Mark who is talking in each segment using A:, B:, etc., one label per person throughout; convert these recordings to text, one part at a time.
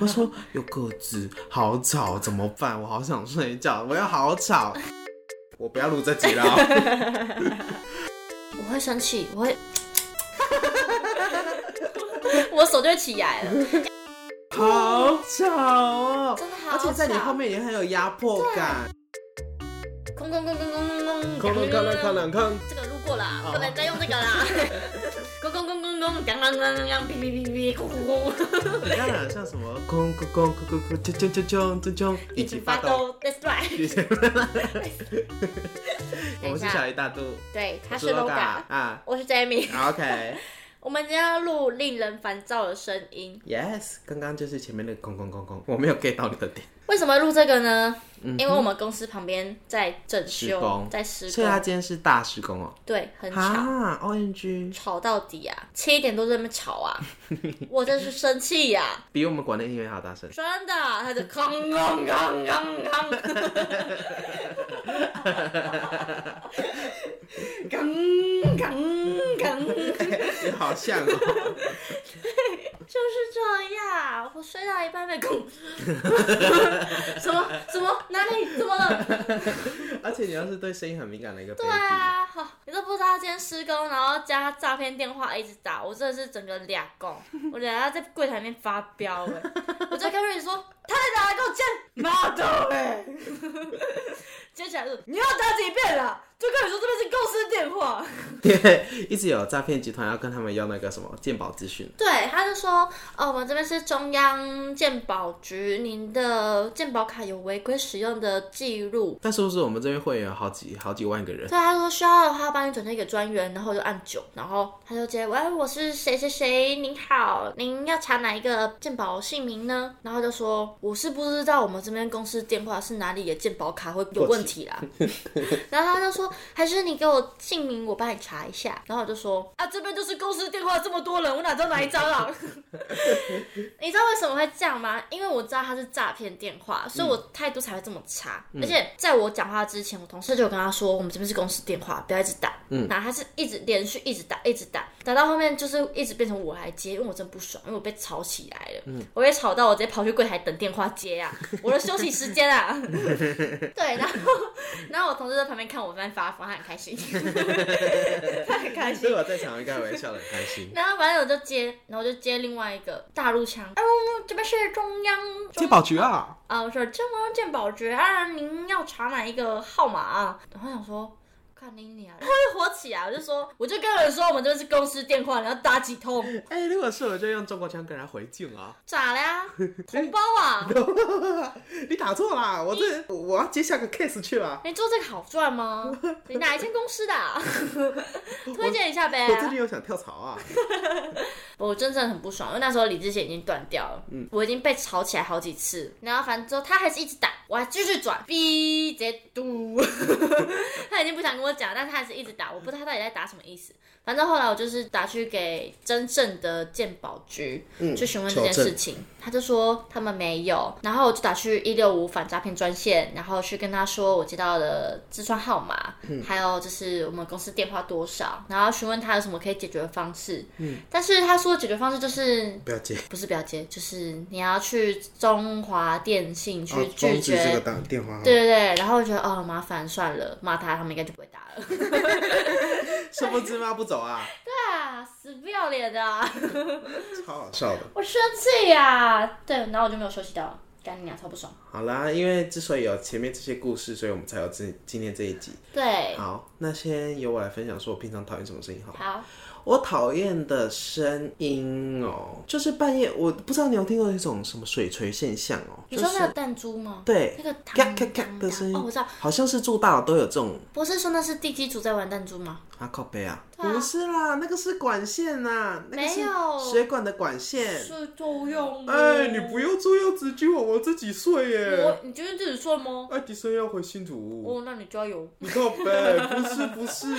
A: 我说有鸽子，好吵，怎么办？我好想睡觉，我要好吵，我不要录这集了哦。
B: 我会生气，我会， 我手就会起来了，
A: 好吵哦，
B: 真的好
A: 而且在你
B: 吵
A: 后面也很有压迫感。
B: 空空空空空空
A: 哐啷哐啷哐啷哐，
B: 这个路过啦，
A: 哦
B: 不能再用这个 啦。公公公公公，当当当当当，哔哔哔哔，咕咕咕，
A: 你看哪像什么？空空空空空空，啾啾啾啾啾啾，一起发抖。
B: ，That's right。
A: 我是小姨大肚，
B: 对，他
A: 我
B: 是
A: 是
B: LOGA，
A: 啊。
B: 我是 Jamie。
A: OK。
B: 我们今天要录令人烦躁的声音，
A: Yes，刚刚就是前面那个空空空空，我没有 get 到你的点。
B: 为什么录这个呢？
A: 嗯
B: 因为我们公司旁边在整
A: 施
B: 修
A: 工，
B: 在施
A: 所以他
B: 工，
A: 今天是大施工哦。
B: 对，很吵。
A: 啊，ONG，
B: 吵到底啊！七点多在那边吵啊，我真是生气呀、
A: 比我们国内音乐还要大声。
B: 真的，他就哐哐哐哐哐，哐哐哐，
A: 也好像哦。
B: 就是这样。我睡到一半被空， 什么什么哪里怎么了？
A: 而且你要是对声音很敏感的一个 baby，
B: 对啊，好，你都不知道今天施工，然后加诈骗电话一直打，我真的是整个俩拱，我等下在柜台里面发飙 哎、我就跟瑞说，他在哪来给我接，妈的嘞！ 接起来说你要打几遍啦？就跟你说这边是公司电话。
A: 因为 一直有诈骗集团要跟他们要那个什么鉴宝资讯。
B: 对，他就说，哦，我们这边是中央鉴宝局，您的鉴宝卡有违规使用的记录。
A: 但是不是我们这边会员有好几好几万个人？
B: 对，他说需要的话帮你转接给专员，然后我就按九，然后他就接，喂，我是谁谁谁，您好，您要查哪一个鉴宝姓名呢？然后就说我是不知道我们这边公司电话是哪里的鉴宝卡会有问题啦。 然后他就说还是你给我姓名，我帮你查一下。然后我就说啊，这边就是公司电话，这么多人，我哪知道哪一张啊？你知道为什么会这样吗？因为我知道他是诈骗电话，所以我态度才会这么差。而且在我讲话之前，我同事就有跟他说，我们这边是公司电话，不要一直打。嗯，然后他是一直连续一直打，一直打，打到后面就是一直变成我来接，因为我真不爽，因为我被吵起来了。嗯，我被吵到，我直接跑去柜台等电话接 啊，我的休息时间啊。对，然后然后我同事在旁边看我在那边发疯，他很开 心，他很开心
A: 所以。我在场应该也会笑得很开心。
B: 然后反正我就接，然后我就接另外一个大陆腔。哎、呦，这边是中央 中
A: 鉴宝局啊，
B: 啊，我说中央鉴宝局啊，您要查哪一个号码啊？然后想说。看你你啊，他会火起来，我就说，我就跟人说，我们这是公司电话，你要打几通，
A: 哎、如果是我就用中国腔跟人家回敬啊。
B: 咋了呀？红包啊？
A: 你打错啦，我这我要接下个 case 去了。
B: 你做这个好赚吗？你哪一间公司的、啊？ 推荐一下呗。
A: 我最近又想跳槽啊，
B: 我真的很不爽，因为那时候理智线已经断掉了，
A: 嗯
B: 我已经被吵起来好几次，然后反正之后他还是一直打，我还继续转，哔直接嘟，他已经不想跟我讲，但是他还是一直打，我不知道他到底在打什么意思。反正后来我就是打去给真正的鉴宝局、
A: 嗯
B: 去询问这件
A: 求证
B: 事情，他就说他们没有，然后我就打去一六五反诈骗专线，然后去跟他说我接到的自创号码，
A: 嗯
B: 还有就是我们公司电话多少，然后询问他有什么可以解决的方式。
A: 嗯
B: 但是他说的解决方式就是
A: 不要接，
B: 不是不要接，就是你要去中华电信
A: 哦
B: 去拒绝。
A: 打电话。
B: 对对对，然后我觉得哦麻烦算了，骂他他们应该就不会打了。
A: 殊不知妈不走啊，
B: 对啊，死不要脸的、啊，
A: 超好笑的。
B: 我生气呀、啊！对，然后我就没有休息到，干你啊娘，超不爽。
A: 好啦，因为之所以有前面这些故事，所以我们才有这今天这一集。
B: 对，
A: 好，那先由我来分享，说我平常讨厌什么声音好了。
B: 好，
A: 我讨厌的声音哦，就是半夜，我不知道你有听过一种什么水锤现象哦，
B: 你
A: 就
B: 说
A: 是
B: 那个弹珠吗？
A: 对
B: 那个
A: 咔
B: 当
A: 咔咔
B: 当
A: 的声音
B: 当哦，我知道，
A: 好像是住大楼都有这种
B: 不是说那是地基组在玩弹珠吗？
A: 啊靠背啊，
B: 对啊
A: 不是啦，那个是管线呐、那个
B: 没有
A: 是水管的管线。
B: 作用哦
A: 哎、你不要这样子，今晚我自己睡耶。
B: 我，你觉得自己算吗？
A: 爱迪生要回新竹，
B: 哦，那你加油。
A: 你靠背，不是不是不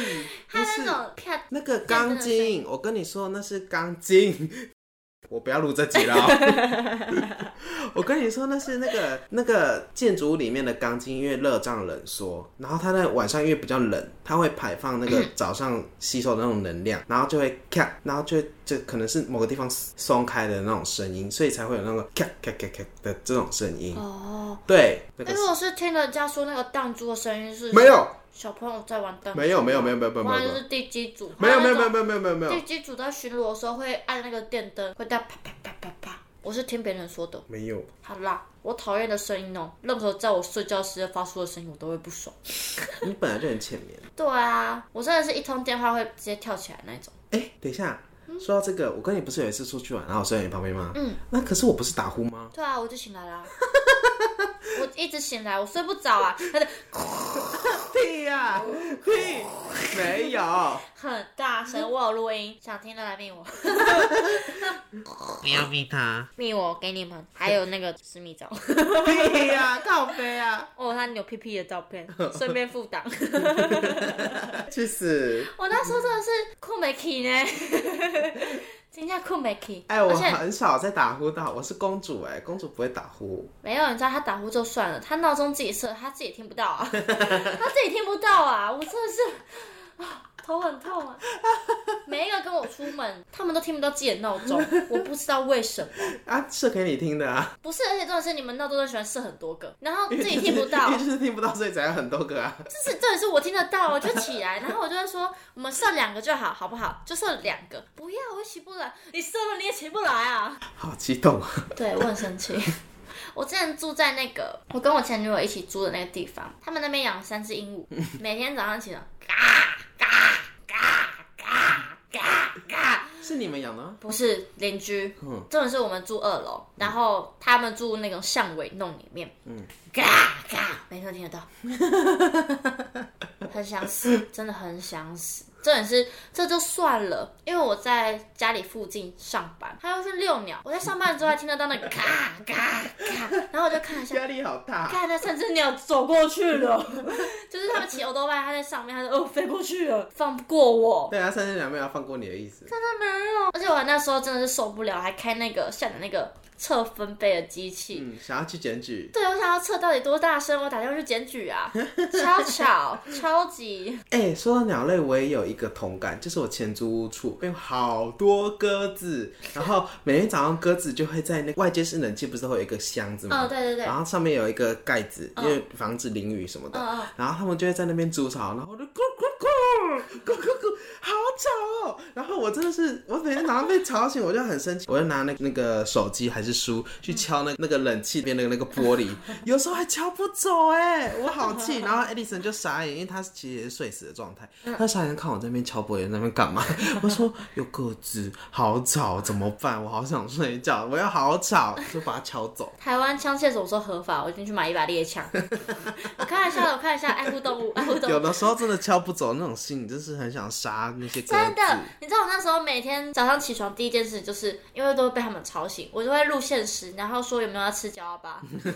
B: 他那
A: 是
B: 种啪
A: 那个钢筋，我跟你说那是钢筋， 我不要录这集了哦。 我跟你说，那是那个那个建筑物里面的钢筋，因为热胀冷缩，然后它在晚上因为比较冷，它会排放那
B: 嗯
A: 个早上吸收的那种能量，然后就会咔，然后就会就可能是某个地方松开的那种声音，所以才会有那个咔咔咔咔的这种声音。
B: 哦，
A: 对，那
B: 但
A: 个
B: 是我是听人家说那个弹珠的声音是
A: 没有
B: 小朋友在玩弹珠，
A: 没有没有没有没有没有
B: 不然就
A: 没
B: 是地基组，
A: 有没有没有没
B: 还那
A: 有
B: 种
A: 没有没有没有没有
B: 地基组在巡逻的时候会按那个电灯，会这样啪啪啪啪啪。我是听别人说的。
A: 没有，
B: 好啦，我讨厌的声音哦、任何在我睡觉时发出的声音，我都会不爽。
A: 你本来就很浅眠。
B: 对啊，我真的是一通电话会直接跳起来那种。
A: 哎、等一下，说到这个，我跟你不是有一次出去玩，然后我睡在你旁边吗？嗯，那可是我不是打呼吗？
B: 对啊，我就醒来 啦、我一直醒来，我睡不着啊，它的
A: 屁呀、屁，没有。
B: 很大声，我有录音，想听的来密我，
A: 不要逼他。
B: 密我给你们，还有那个私密照，
A: 屁呀、靠背啊，
B: 哦，他扭屁屁的照片，顺便附档。
A: 去死！
B: 我那时候真的是酷美 k 呢，真叫酷美 k
A: 哎，我
B: 而且
A: 很少在打呼的，我是公主哎、公主不会打呼。
B: 没有，你知道他打呼就算了，他闹钟自己设，他自己听不到啊，他 自己听不到啊，我真的是啊头很痛啊。每一个跟我出门，他们都听不到自己的闹钟，我不知道为什么。
A: 啊，是给你听的啊，
B: 不是，而且重点是你们闹钟都喜欢设很多个，然后
A: 因为
B: 自己
A: 就是
B: 听不到
A: 因为，就是听不到，所以才有很多个啊。
B: 就是重点是我听得到，我就起来，然后我就会说，我们设两个就好，好不好？就设两个，不要，我起不来，你设了你也起不来啊。
A: 好激动啊！
B: 对我很生气。 我之前住在那个，我跟我前女友一起住的那个地方，他们那边养三只鹦鹉，每天早上起来，嘎嘎嘎嘎嘎，
A: 是你们养的吗？
B: 不是邻居，
A: 嗯
B: 重点是我们住二楼，然后他们住那种巷尾弄里面，
A: 嗯
B: 嘎嘎，每天都听得到， 很想死，真的很想死。重点是这就算了，因为我在家里附近上班，还要去遛鸟，我在上班之后还听得到那个嘎嘎嘎，然后我就看一下。
A: 压力好大。
B: 看那三只鸟走过去了，就是他们骑欧多巴，它在上面，它就哦飞过去了，放不过我。
A: 对啊，三天两没有放过你的意思。
B: 真的没有。而且我那时候真的是受不了，还开那个下的那个测分贝的机器。
A: 嗯，想要去检举。
B: 对，我想要测到底多大声，我打电话去检举啊，超吵，超级。
A: 哎、说到鸟类，我也有一个同感，就是我前租屋处有好多鸽子，然后每天早上鸽子就会在那个外接式冷气不是会有一个箱子吗？
B: 嗯，对对对，
A: 然后上面有一个盖子，因
B: 嗯
A: 为防止淋雨什么的。
B: 嗯嗯
A: 然后他们就会在那边筑巢，然后我就咕咕咕咕咕咕，好吵哦！然后我真的是，我每天早上被吵醒，我就很生气，我就拿那那个手机还是书去敲那那个冷气边的那个玻 璃，有时候还敲不走哎、我好气。然后 Edison 就傻眼，因为他其实也是睡死的状态，
B: 嗯
A: 他傻眼看我在那边敲玻璃，在那边 干嘛？我说有鸽子，好吵，怎么办？我好想睡觉，我要好吵，就把它敲走。
B: 台湾枪械手说合法，我一定去买一把猎枪。 我开玩笑的，我开玩笑，爱护动物，爱护动物
A: 有。的时候真的敲不走那种心，你就是很想杀那些鸽
B: 真
A: 子
B: 的。，你知道我那时候每天早上起床第一件事，就是因为都会被他们吵醒，我就会录现实，然后说有没有要吃焦 吧。我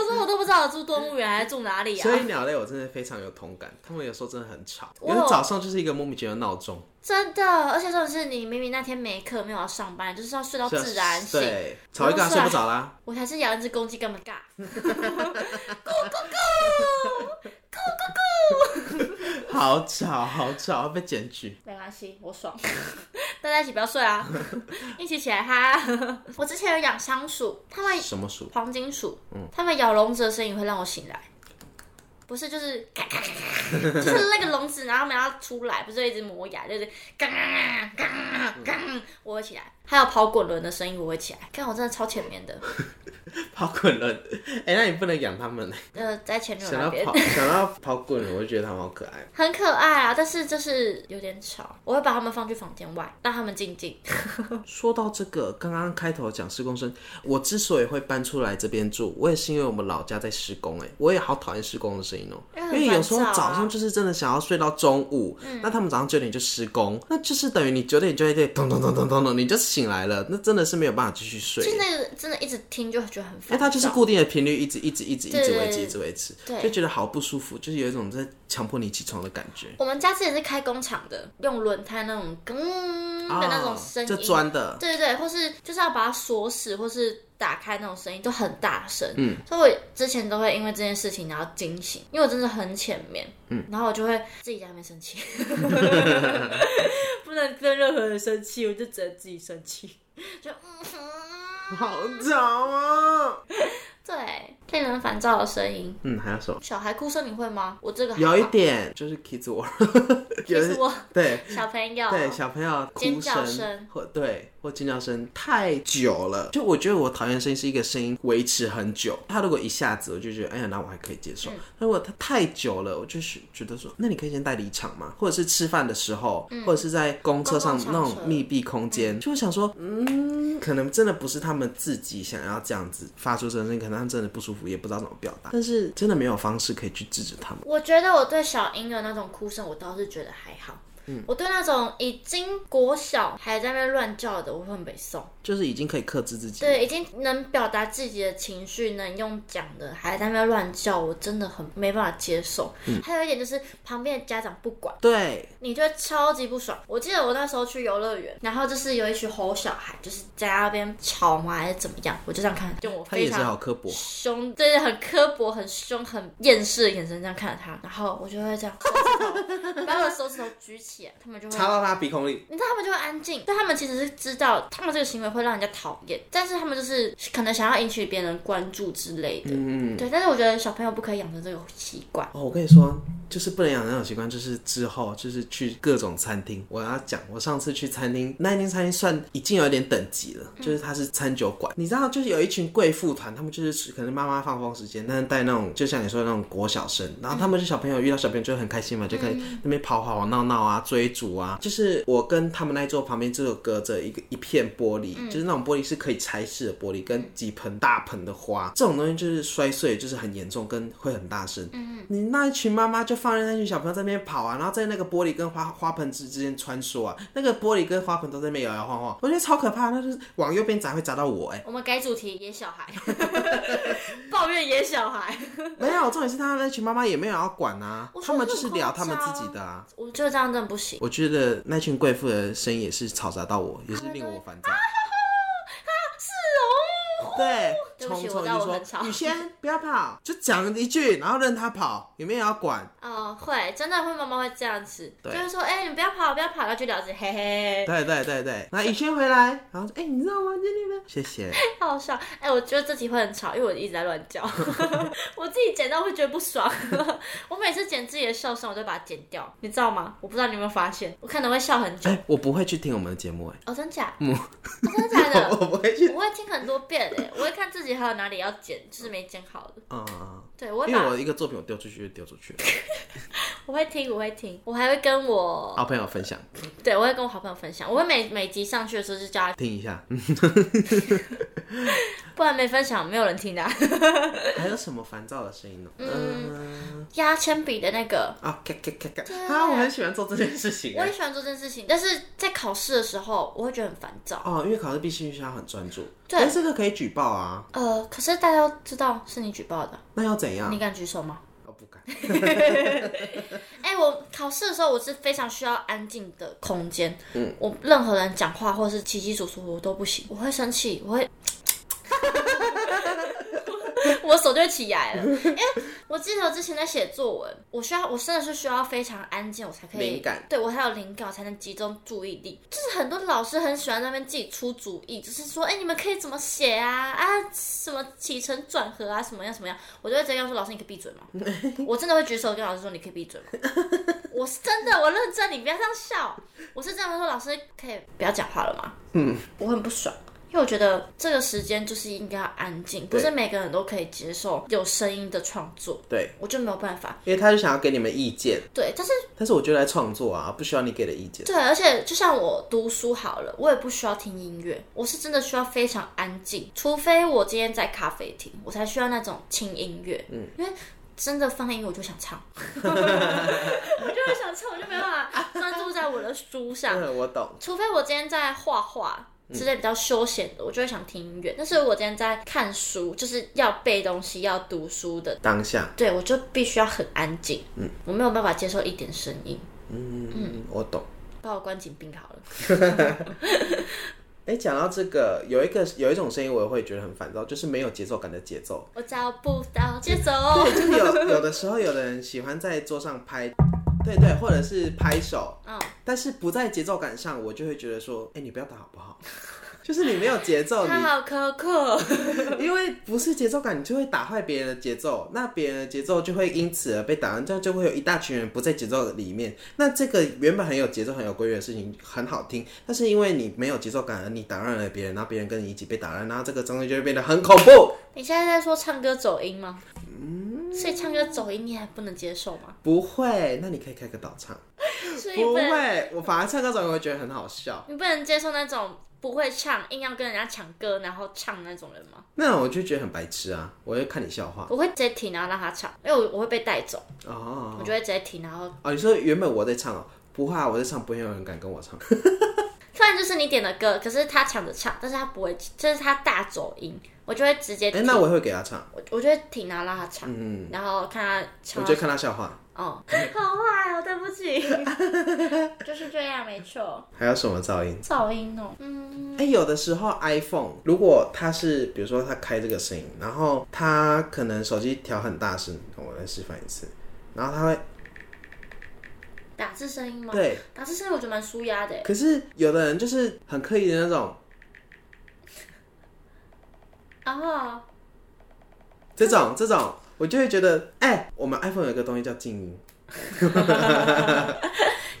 B: 说我都不知道我住动物园还是住哪里啊
A: 所，以鸟类我真的非常有同感，它们有时候真的很吵，
B: 我
A: 因
B: 有
A: 为早上就是一个莫名其妙的闹钟，
B: 真的。而且重点是你明明那天没课，没有要上班，就是要睡到
A: 是啊
B: 自然醒。
A: 对，吵一个啊
B: 不用
A: 睡
B: 睡
A: 不着啦。
B: 我才是养一只公鸡干嘛尬？
A: 好吵，好吵，要被检举。
B: 没关系，我爽。 大家一起不要 睡啊， 一起起来哈。 我之前有养仓鼠，它们
A: 什么鼠？
B: 黄金鼠，它们咬笼子的声音会让我醒来，不是就是嘎嘎嘎嘎，就是那个笼子，然后它们要出来，不是一直磨牙，就是嘎嘎嘎嘎，我会起来。还有跑滚轮的声音，我会起来。看我真的超前面的，
A: 跑滚轮。哎、那你不能养它们、
B: 呃，在前女友
A: 想
B: 那
A: 到
B: 边
A: 跑，想到跑滚轮，我就觉得它们好可爱。
B: 很可爱啊，但是就是有点吵，我会把它们放去房间外，让它们静静。
A: 说到这个，刚刚开头讲施工生，我之所以会搬出来这边住，我也是因为我们老家在施工、哎，我也好讨厌施工的声音哦、
B: 因
A: 因
B: 为很
A: 为有时候
B: 烦躁啊
A: 早
B: 嗯
A: 上就是真的想要睡到中午，那他们早上九点就施工，那就是等于你九点就会对咚咚咚咚咚咚，你就醒来了，那真的是没有办法继续睡。欸
B: 就那个真的一直听就觉得很
A: 因为
B: 烦。
A: 它就是固定的频率，一直一直一直一直维持，
B: 对
A: 一直维持，
B: 对
A: 就觉得好不舒服，就是有一种在强迫你起床的感觉。
B: 我们家之前是开工厂的，用轮胎那种，嗯，嗯的那种声音，
A: 就啊钻的，
B: 对对对，或是就是要把它锁死，或是打开那种声音都很大声。嗯，所以我之前都会因为这件事情然后惊醒，因为我真的很浅眠。嗯，然后我就会自己在那边 生气，不能跟任何人生气，我就只能自己生气，就嗯，
A: 好吵啊！
B: 对，令人烦躁的声音。
A: 嗯，还有什么？
B: 小孩哭声你会吗？我这个还
A: 有一
B: 好，
A: 点就是 kids world，
B: 就
A: 有一
B: 是我
A: 对
B: 小朋友，
A: 对小朋友
B: 哦尖
A: 哭
B: 叫声
A: 或对或尖叫声太久了，就我觉得我讨厌声音是一个声音维持很久，他如果一下子我就觉得哎呀那我还可以接
B: 嗯
A: 受，那如果他太久了，我就是觉得说那你可以先带离场嘛，或者是吃饭的时候，或者是在公车上
B: 嗯公共
A: 那
B: 场
A: 种
B: 所
A: 密闭空间，就我想说嗯，可能真的不是他们自己想要这样子发出这声音，可能他们真的不舒服，也不知道怎么表达，但是真的没有方式可以去制止他们。
B: 我觉得我对小婴儿那种哭声，我倒是觉得还好。
A: 嗯
B: 我对那种已经国小还在那边乱叫的，我会很北宋。
A: 就是已经可以克制自己。
B: 对，已经能表达自己的情绪，能用讲的，还在那边乱叫，我真的很没办法接受。
A: 嗯
B: 还有一点就是旁边的家长不管，
A: 对，
B: 你就会超级不爽。我记得我那时候去游乐园，然后就是有一群吼小孩，就是在那边吵嘛还是怎么样，我就这样看，就我
A: 他
B: 非
A: 也是
B: 常
A: 好刻薄。
B: 凶，对对，很刻薄、很凶、很厌世的眼神这样看着他，然后我就会这样，手指头把我的手指头举起来，他们就会
A: 插。到他鼻孔里，
B: 你知道他们就会安静，但他们其实是知道他们这个行为会让人家讨厌，但是他们就是可能想要引起别人关注之类的，
A: 嗯，
B: 对。但是我觉得小朋友不可以养成这个习惯，
A: 哦，我跟你说，就是不能养成那种习惯，就是之后就是去各种餐厅。我要讲，我上次去餐厅，那一间餐厅算已经有点等级了，就是它是餐酒馆。你知道，就是有一群贵妇团，他们就是可能妈妈放风时间，但是带那种就像你说的那种国小生，然后他们是小朋友遇到小朋友就会很开心嘛，就可以那边跑跑闹闹啊，追逐啊。就是我跟他们那一桌旁边就有隔着一个一片玻璃，就是那种玻璃是可以拆卸的玻璃，跟几盆大盆的花，这种东西就是摔碎，就是很严重，跟会很大声。你那一群妈妈就放任那群小朋友在那边跑啊，然后在那个玻璃跟花花盆之之间穿梭啊，那个玻璃跟花盆都在那边摇摇晃晃，我觉得超可怕，那就是往右边砸会砸到我哎、
B: 我们改主题，野小孩，抱怨野小孩。
A: 没有，重点是他那群妈妈也没有要管啊
B: 啊我，觉
A: 他
B: 得
A: 们就是
B: 很夸
A: 聊
B: 张
A: 他们自己的啊。
B: 我觉得这样真的不行。
A: 我觉得那群贵妇的声音也是嘈杂到我，也是令我烦
B: 啊
A: 躁。对，
B: 哦对不
A: 冲
B: 起
A: 冲
B: 我知道
A: 就
B: 我很
A: 说
B: 吵
A: 雨轩不要跑，就讲一句，然后任他跑，有没有要管？
B: 哦，会，真的会，妈妈会这样子，就
A: 对
B: 是说，哎、你不要跑，不要跑，然后就聊着，嘿嘿，
A: 对对对对，那雨轩回来，然后说哎、你知道吗？就那边谢谢。
B: 太好笑。哎、我觉得这集会很吵，因为我一直在乱 叫， 我自己剪到会觉得不爽。我每次剪自己的笑声，我都把它剪掉，你知道吗？我不知道你有没有发现，我可能会笑很久。
A: 哎、我不会去听我们的节目哎、
B: 哦，真假？
A: 嗯
B: 哦真的假的？
A: 我不会去，
B: 我会听很多遍诶，我会看自己还有哪里要剪，就是没剪好的。
A: 嗯，
B: 对，我会
A: 因为
B: 把，
A: 我一个作品我丢出去就丢出去了，
B: 我会听，我会听，我还会跟我
A: 好朋友分享
B: 对，我会跟我好朋友分享。我会每每集上去的时候就叫他，
A: 听一下。嗯
B: 不然没分享没有人听的啊、
A: 还有什么烦躁的声音呢？嗯
B: 压铅笔的那个，
A: 啊，咔咔咔咔啊，我很喜欢做这件事情
B: 我
A: 哎、
B: 也喜欢做这件事情，但是在考试的时候，我会觉得很烦躁。
A: 哦，因为考试必须需要很专注，
B: 对
A: 但是这个可以举报啊，
B: 呃，可是大家都知道是你举报的，
A: 那又怎样
B: 你？敢举手吗？
A: 我不敢。
B: 哎、我考试的时候，我是非常需要安静的空间。嗯，我任何人讲话或者是起起楚楚，我都不行，我会生气，我会，我手就会起来了。因为我记得我之前在写作文，我需要，我真的是需要非常安静，我才可以
A: 灵感，
B: 对我还有灵感，我才能集中注意力。就是很多老师很喜欢在那边自己出主意，就是说，哎、你们可以怎么写啊啊，什么起承转合啊，什么样什么样，我就会直接跟他说，老师你可以闭嘴 吗？我真的会举手跟老师说：“你可以闭嘴吗？”我是真的，我认真，你不要这样笑。我是这样说，老师可以不要讲话了吗？
A: 嗯，
B: 我很不爽，因为我觉得这个时间就是应该要安静，不是每个人都可以接受有声音的创作，
A: 对，
B: 我就没有办法。
A: 因为他就想要给你们意见，
B: 对，但是
A: 但是我觉得来创作啊，不需要你给的意见。
B: 对，而且就像我读书好了，我也不需要听音乐，我是真的需要非常安静，除非我今天在咖啡厅，我才需要那种轻音乐，嗯，因为。真的放音乐我就想 唱， 我就会想唱，我就没办法专注在我的书上。
A: 嗯，我懂。
B: 除非我今天在画画之类比较休闲的，我就会想听音乐。但是我今天在看书，就是要背东西、要读书的，
A: 当下，
B: 对我就必须要很安静，嗯，我没有办法接受一点声音。
A: 嗯，我懂。
B: 把我关紧闭好了。
A: 哎、讲到这个，有一个有一种声音，我也会觉得很烦躁，就是没有节奏感的节奏。
B: 我找不到节 奏，
A: 对，哦就是有有的时候，有的人喜欢在桌上拍，对对，或者是拍手，
B: 嗯，
A: 但是不在节奏感上，我就会觉得说，哎、你不要打好不好？ 就是你没有节 奏，
B: 他
A: 你
B: 好苛刻。
A: 因为不是节奏感，你就会打坏别人的节奏，那别人的节奏就会因此而被打乱，这样就会有一大群人不在节奏里面。那这个原本很有节奏、很有规律的事情很好听，但是因为你没有节奏感，而你打乱了别人，然后别人跟你一起被打乱，然后这个东西就会变得很恐怖。
B: 你现在在说唱歌走音吗？所以唱歌走音你还不能接受吗？
A: 不会，那你可以开个导唱。
B: 所以
A: 不
B: 能，
A: 会，我反而唱歌总会觉得很好笑。
B: 你不能接受那种不会唱，硬要跟人家抢歌然后唱那种人吗？
A: 那我就觉得很白痴啊！我就看你笑话
B: 我会直接停，然后让他唱，因为我我会被带走，
A: 哦
B: 我就会直接停，然后
A: 哦，你说原本我在唱哦，不怕我在唱，不会有人敢跟我唱。
B: 突然就是你点的歌，可是他抢着唱，但是他不会，就是他大走音，我就会直接
A: 哎、
B: 停，
A: 那我也会给他唱，
B: 我我就会停，然后让他唱，
A: 嗯，
B: 然后看他
A: 我嗯
B: 唱到
A: 就看他笑话。
B: 哦，好坏哦，对 不起，就是这样，没错，
A: 还有什么噪音？
B: 噪音哦，嗯，
A: 哎、有的时候 iPhone 如果它是，比如说它开这个声音，然后它可能手机调很大声，我来示范一次，然后它会
B: 打字声音吗？
A: 对，
B: 打字声音我觉得蛮舒压的，
A: 可是有的人就是很刻意的那种，
B: 然后
A: 这种这种，我就会觉得，哎、我们 iPhone 有一个东西叫静音，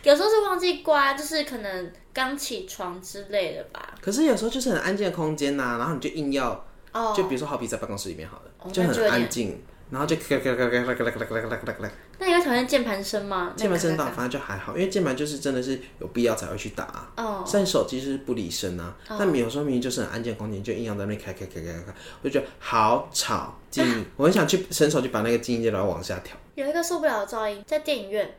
B: 有时候是忘记关，就是可能刚起床之类的吧，
A: 可是有时候就是很安静的空间呐、然后你就硬要
B: 哦，
A: 就比如说，好比在办公室里面好
B: 哦
A: 了，就
B: 那就
A: 很
B: 有点
A: 安静，然后就咔咔咔咔咔咔咔咔咔咔咔咔，
B: 那你会讨厌键盘声吗？
A: 键盘声打，
B: 那个
A: 反正就还好，因为键盘就是真的是有必要才会去打啊。
B: 哦，
A: 像你手机就是不离身啊，但有时候明明就是很安静的空间，就硬要在那边开开开开开，我就觉得好吵，静音。我很想去伸手去把那个静音键然后往下调。
B: 有一个受不了的噪音，在电影院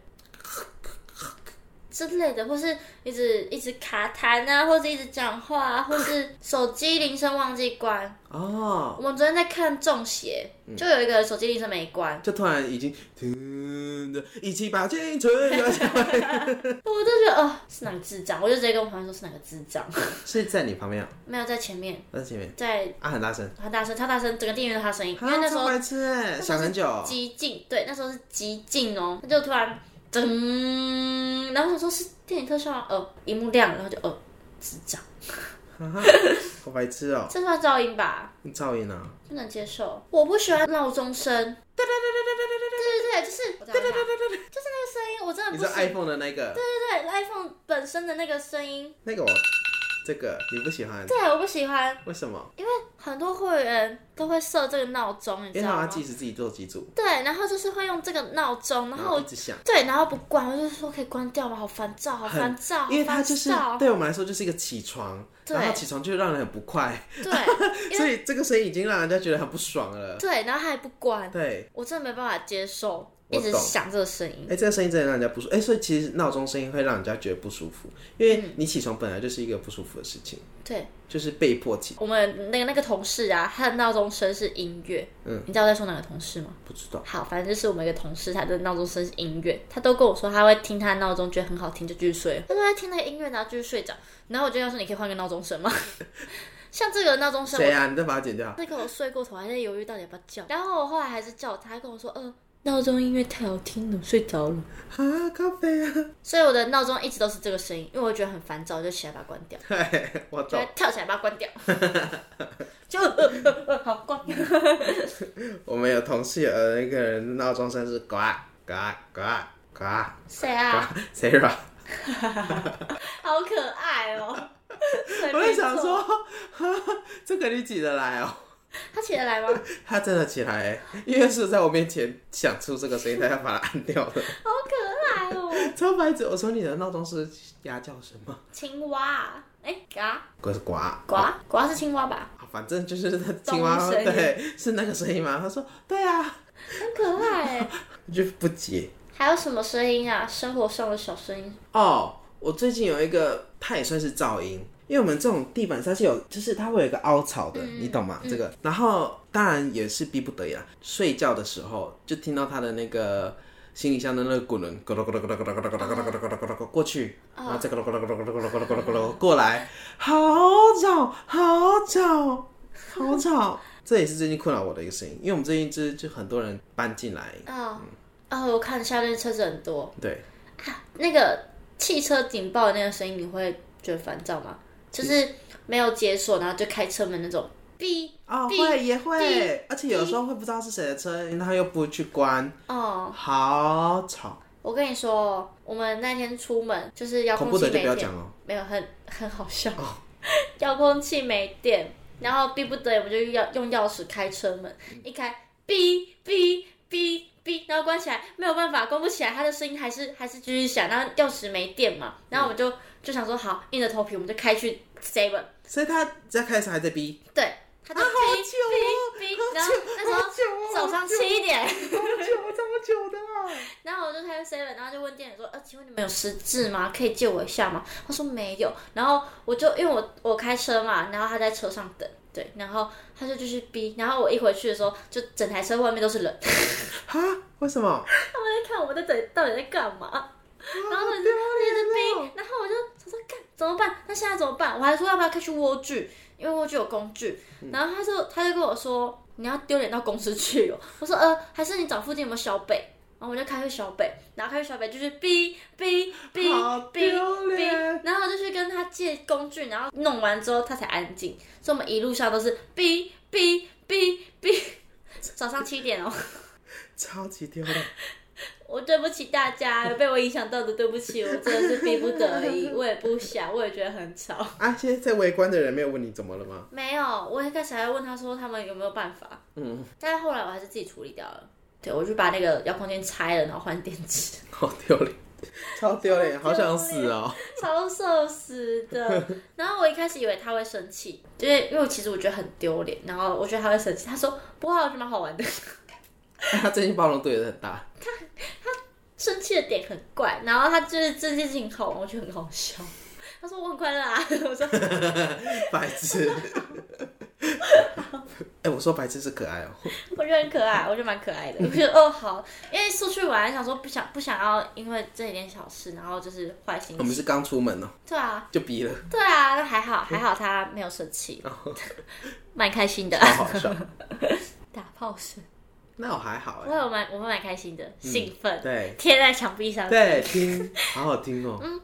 B: 之类的，或是一直一直卡痰啊，或者一直讲话、 啊，或是手机铃声忘记关。
A: 哦，
B: 我们昨天在看《中邪》，
A: 嗯
B: 就有一个人手机铃声没关，
A: 就突然已经，停的，一起把青春留下来。
B: 我就觉得哦，是哪个智障？我就直接跟我旁边说是哪个智障，
A: 是在你旁边啊，
B: 没有在前面，
A: 在前面
B: 在
A: 啊，很大声，
B: 很大声，超大声，整个电影院都他声音，因
A: 啊
B: 为那时
A: 超
B: 候
A: 白痴哎，想很久。
B: 极静，对，那时候是极静哦，他就突然噔，然后我想说是电影特效吗？哦，荧幕亮了，然后就哦，智障，
A: 好白痴哦、
B: 这算噪音吧？
A: 你噪音啊！
B: 不能接受，我不喜欢闹钟声。对对对对对对对对对，就是对对对对对，就是那个声音，我真的
A: 你
B: 不
A: 说
B: 行。对
A: iPhone 的那个，
B: 对对，iPhone 本身的那个声音，
A: 那个我这个你不喜欢，
B: 对，我不喜欢，
A: 为什么？
B: 因为很多会员都会设这个闹钟，你
A: 因为
B: 知
A: 他
B: 道
A: 要
B: 吗？
A: 自己自己做几组，
B: 对，然后就是会用这个闹钟，然
A: 然
B: 后
A: 后一
B: 我
A: 直响，
B: 对，然后不关，我就说可以关掉吗？好烦躁，好
A: 很
B: 烦躁，好
A: 因为它
B: 烦
A: 就是
B: 躁。
A: 对我们来说就是一个起床，
B: 对
A: 然后起床就让人很不快，
B: 对
A: 所以这个声音已经让人家觉得很不爽了。
B: 对，然后还不关，
A: 对，
B: 我真的没办法接受，
A: 我
B: 一直
A: 懂
B: 响这个声音
A: 哎、。这个声音真的让人家不舒服，哎、所以其实闹钟声音会让人家觉得不舒服，因为你起床本来就是一个不舒服的事情，
B: 对，
A: 就是被迫起，
B: 我们那个那个同事啊，他的闹钟声是音乐。
A: 嗯，
B: 你知道我在说哪个同事吗？
A: 不知道，
B: 好，反正就是我们一个同事，他的闹钟声是音乐，他都跟我说他会听他的闹钟，觉得很好听就继续睡了。他说他听那个音乐，然后继续睡着。然后我就跟他说，你可以换个闹钟声吗？ 像这个闹钟声，
A: 谁啊？你再把它剪掉。
B: 那个我睡过头，还在犹豫到底要不要叫。然后我后来还是叫他，他跟我说，呃，闹钟音乐太好听了，睡着了。
A: 啊，咖啡啊！
B: 所以我的闹钟一直都是这个声音，因为我觉得很烦躁，我就起来把它关掉，
A: 嘿我
B: 就
A: 懂
B: 会。跳起来把它 关掉，就、 呃呃呃、好关。
A: 我们有同事有呃一个人闹钟声是呱呱呱呱
B: 谁
A: 呱
B: 啊？
A: ，Sarah。
B: 好可爱 哦！随
A: 我
B: 便
A: 在想
B: 做
A: 说，哈哈这个你起得来哦？
B: 他起得来吗？好
A: 他真的起来欸，因为是在我面前想出这个声音，他要把它按掉了。
B: 可爱哦，
A: 超白痴！我说你的闹钟是鸭叫声吗？
B: 青蛙啊，哎、嘎
A: 不是呱
B: 呱呱是青蛙吧？
A: 啊反正就是那青蛙，
B: 动物声
A: 对，是那个声音吗？他说对啊，
B: 很可 爱哎。
A: 我就不解。
B: 还有什么声音啊？生活上的小声音，
A: 哦，我最近有一个，它也算是噪音，因为我们这种地板它是有，就是它会有一个凹槽的，你懂吗？这个，然后当然也是逼不得已啦。睡觉的时候就听到它的那个行李箱的那个滚轮，咕噜咕噜咕噜咕噜咕噜咕噜咕噜咕噜咕噜咕噜咕噜咕噜过去，然后再咕噜咕噜咕噜咕噜咕噜咕噜咕噜咕噜过来，好吵，好吵，好吵。这也是最近困扰我的一个事情，因为我们最近就是就很多人搬进来，
B: 啊、哦，我看下面车子很多，啊
A: 对，
B: 那个汽车警报的那个声音，你会觉得烦躁吗？
A: 嗯
B: 就是没有解锁，然后就开车门那种，哔
A: 哦
B: 哔
A: 会也
B: 哔
A: 会，而且有时候会不知道是谁的车，然后又不去关，
B: 哦。
A: 好吵，
B: 我跟你说，我们那天出门就是遥
A: 恐
B: 控
A: 怖的
B: 器
A: 就
B: 没
A: 不要
B: 电，
A: 讲哦。
B: 没有很很好笑， 遥控器没电，然后逼不得已我们就要用钥匙开车门，一开哔哔哔哔，然后关起来，没有办法关不起来，它的声音还是还是继续响，然后钥匙没电嘛，然后我们就、就想说好，硬着头皮我们就开去 seven，
A: 所以他在开始还在逼，
B: 对，他就哔
A: 啊好久哦
B: 哔哔，然后那时候早上七点，
A: 好久哦这么久的啊！
B: 然后我就开 seven，然后就问店员说：“呃，请问你们有失智吗？可以借我一下吗？”他说没有，然后我就因为我我开车嘛，然后他在车上等，对，然后他就继续逼，然后我一回去的时候，就整台车外面都是人，
A: 哈？为什么？
B: 他们在看我们在等到底在干嘛，然后他们就一直
A: 哦
B: 逼，然后我就想说干怎么办？那现在怎么办？我还说要不要开去蜗居，因为蜗居有工具，
A: 嗯
B: 然后他就他就跟我说你要丢脸到公司去哦，我说呃，还是你找附近有没有小北。然后我就开去小北，然后开去小北就是哔哔哔
A: 好
B: 哔
A: 丢
B: 哔
A: 脸，
B: 然后我就去跟他借工具，然后弄完之后他才安静，所以我们一路上都是哔哔哔哔。 早上七点哦，
A: 超级丢脸！
B: 我对不起大家，有 被我影响到的，对不起，我真的是逼不得 已，我也不想，我也觉得很吵。
A: 啊，现在在围观的人没有问你怎么了吗？
B: 没有，我一开始还问他说他们有没有办法，
A: 嗯，
B: 但是后来我还是自己处理掉了。对，我就把那个遥控器拆了，然后换电池，
A: 好丢脸，超丢脸，好想死哦！
B: 超受死的。 然后我一开始以为他会生气，就是因为我其实我觉得很丢脸，然后我觉得他会生气。他说不会啊，我觉得蛮好玩的。
A: 他最近包容度也是很大，
B: 生气的点很怪，然后他就是这件事情好玩，我觉得很好笑。 他说我很快乐啊， 我说
A: 白痴。 哎，我说白痴是可爱哦，
B: 我觉得很 可爱，我觉得蛮可爱的。我觉得哦好，因为出去玩想说不想不想要因为这一点小事，然后就是坏心
A: 我
B: 情。
A: 们是嗯刚出门哦，
B: 对啊，
A: 就逼了，
B: 对啊，那还好还好他没有生气，蛮开心的。
A: 好好笑。
B: 打炮声，
A: 那我还好
B: 我
A: 哎，
B: 我蛮我们蛮开心的，兴奋，
A: 嗯对
B: 贴在墙壁 上。
A: 对，听，好好听哦。
B: 嗯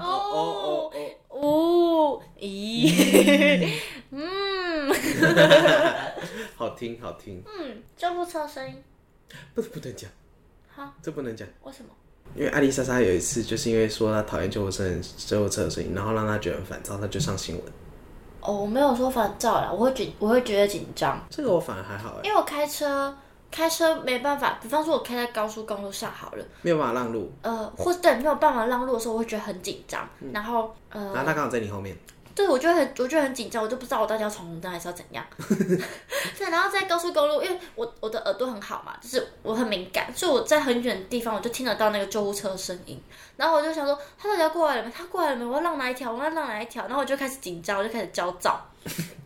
B: 哦
A: 哦哦
B: 哦， 咦，嗯
A: 哦，好听好听，
B: 嗯，救护车声音，
A: 不不能讲，
B: 嗯好，
A: 这不能讲。
B: 为什么？
A: 因为艾丽莎莎有一次就是因为说她讨厌救护车的救护车的声音，然后让她觉得很烦躁，她就上新闻。
B: 哦，我没有说烦躁啦，我会觉我会觉得紧张。
A: 这个我反而还好哎，
B: 因为我开车，开车没办法，比方说我开在高速公路上好了，
A: 没有办法让路，
B: 呃，或者对没有办法让路的时候，我会觉得很紧张，然后
A: 然后
B: 呃，
A: 她刚好在你后面，
B: 对我就会很，我就会很紧张，我就不知道我到底要闯红灯还是要怎样。对，然后在高速公路，因为我我的耳朵很好嘛，就是我很敏感，所以我在很远的地方我就听得到那个救护车的声音，然后我就想说他到底要过来了没？他过来了没？我要让哪一条？我要让哪一条？然后我就开始紧张，我就开始焦躁。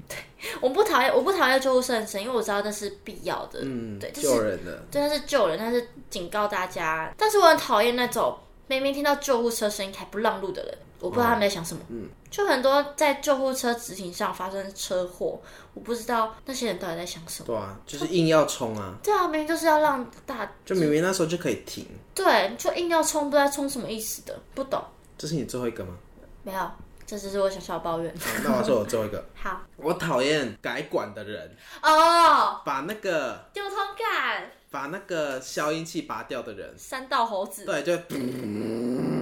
B: 对，我不讨厌，我不讨厌救护车的声音，因为我知道那是必要的。
A: 嗯
B: 对，，就是
A: 救人的，
B: 对，他是救人，但是警告大家。但是我很讨厌那种明明听到救护车声音还不让路的人，我不知道他们在想什么。嗯，就很多在救护车执行上发生车祸，我不知道那些人到底在想什么。
A: 对啊，就是硬要冲啊，
B: 对啊，明明就是要让大
A: 就明明那时候就可以停，
B: 对，就硬要冲，不知道冲什么意思的，不懂。
A: 这是你最后一个 吗？
B: 没有，这只是我小小抱怨。
A: 好那我说我最后一个，
B: 好
A: 我讨厌改管的人，
B: 哦，
A: 把那个
B: 丢通感，
A: 把那个消音器拔掉的人，
B: 三道猴子，
A: 对，就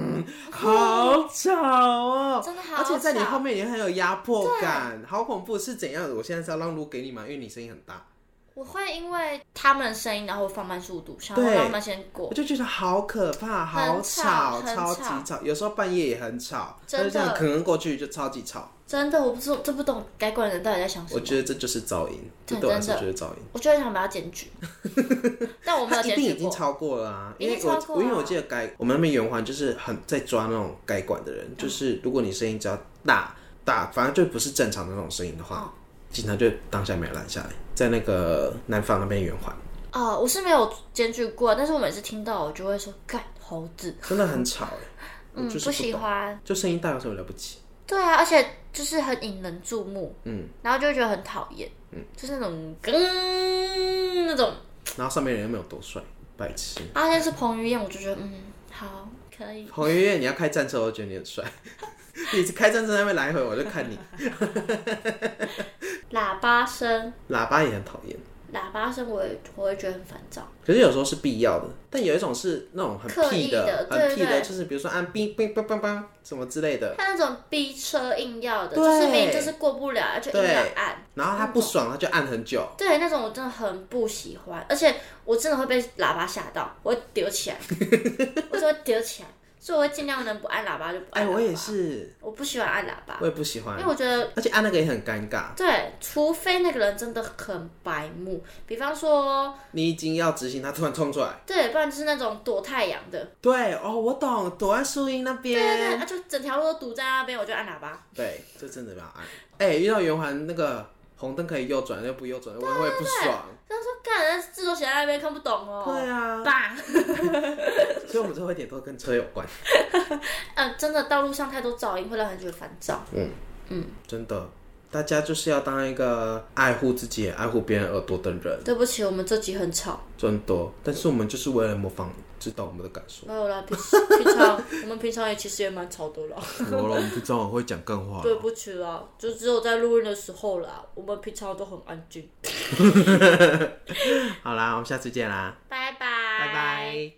A: 好吵哦，
B: 真的好
A: 而且在你
B: 吵
A: 后面也很有压迫感，好恐怖，是怎样？我现在是要让路给你吗？因为你声音很大，
B: 我会因为他们的声音，然后放慢速度，想要
A: 对
B: 让他们先过
A: 我。就觉得好可怕，好
B: 很吵很
A: 超级
B: 吵
A: 吵，有时候半夜也很吵，他
B: 真
A: 就这样
B: 的
A: 可能过去就超级吵，
B: 真的，我不知道，这不懂该管人到底在想什
A: 我
B: 么。
A: 觉得这就是噪音，这
B: 对
A: 对我来说
B: 真
A: 就是噪音。
B: 我就很想把他检 举，但我没
A: 它
B: 有
A: 一
B: 检
A: 定
B: 举
A: 已经
B: 过。
A: 超过了啊，
B: 一
A: 因
B: 定
A: 为我、
B: 超过啊
A: 我因为我记得改我们那边圆环就是很在抓那种改管的人，
B: 嗯
A: 就是如果你声音只要大大，反正就不是正
B: 嗯
A: 常的那种声音的话，警察就当下没有拦下来，在那个南方那边圆环，
B: 啊、我是没有检举过，但是我每次听到我就会说干猴子，
A: 真的很吵哎、我
B: 嗯，
A: 就是
B: 不喜
A: 懂，
B: 欢。
A: 就声音大有什么了不起？
B: 对啊，而且就是很引人注目，
A: 嗯，
B: 然后就会觉得很讨厌，就是那种嗯那种。
A: 然后上面人又没有多帅，白痴。
B: 然后现在是彭于晏，我就觉得嗯好可以。
A: 彭于晏，你要开战车，我觉得你很帅。 你开战车在那边来回，我就看你。
B: 喇叭声，
A: 喇叭也很讨厌，
B: 喇叭声我也我会觉得很烦躁。
A: 可是有时候是必要的，但有一种是那种很
B: 刻
A: 屁
B: 意的对
A: 很屁
B: 对
A: 的，
B: 对
A: 就是比如说按哔哔哔哔哔什么之类的，
B: 他那种逼车硬要的，
A: 对
B: 就是明明就是过不了，就硬要按。
A: 然后他不爽，他就按很久。
B: 对，那种我真的很不喜欢，而且我真的会被喇叭吓到，我会丢起 来，我就会丢起来，所以我会尽量能不按喇叭就不按
A: 哎，
B: 喇叭。
A: 我也，是，啊
B: 我不喜欢按喇叭，
A: 我也不喜欢
B: 因为，我觉得
A: 而且按那个也很尴尬。
B: 对，除非那个人真的很白目，比方说，
A: 你已经要执行，他突然冲出来，
B: 对，不然就是那种躲太阳的，
A: 对哦，我懂，躲在树荫那
B: 对对对，
A: 边，
B: 啊，就整条路都堵在那边，我就按喇叭。
A: 对，这真的不要按。哎，遇到圆环那个红灯可以右转又不右转，我会不爽。
B: 他说：“干，人家字都写在那边，看不懂哦。”
A: 对啊，
B: 爸，
A: 所以我们最后一点都跟车有关。
B: 嗯，真的道路上太多噪音会让人觉得烦躁。
A: 真的，大家就是要当一个爱护自己、也爱护别人耳朵的人，
B: 对不起，我们这集很吵，
A: 真的。但是我们就是为了模仿，知道我们的 感受。
B: 没有啦，平平常我们平常也其实也蛮吵的啦。
A: 我了，我们不知道我会讲更话
B: 对不起啦，就只有在录音的时候啦，我们平常都很安静。
A: 好啦，我们下次见啦，
B: 拜拜，
A: 拜拜。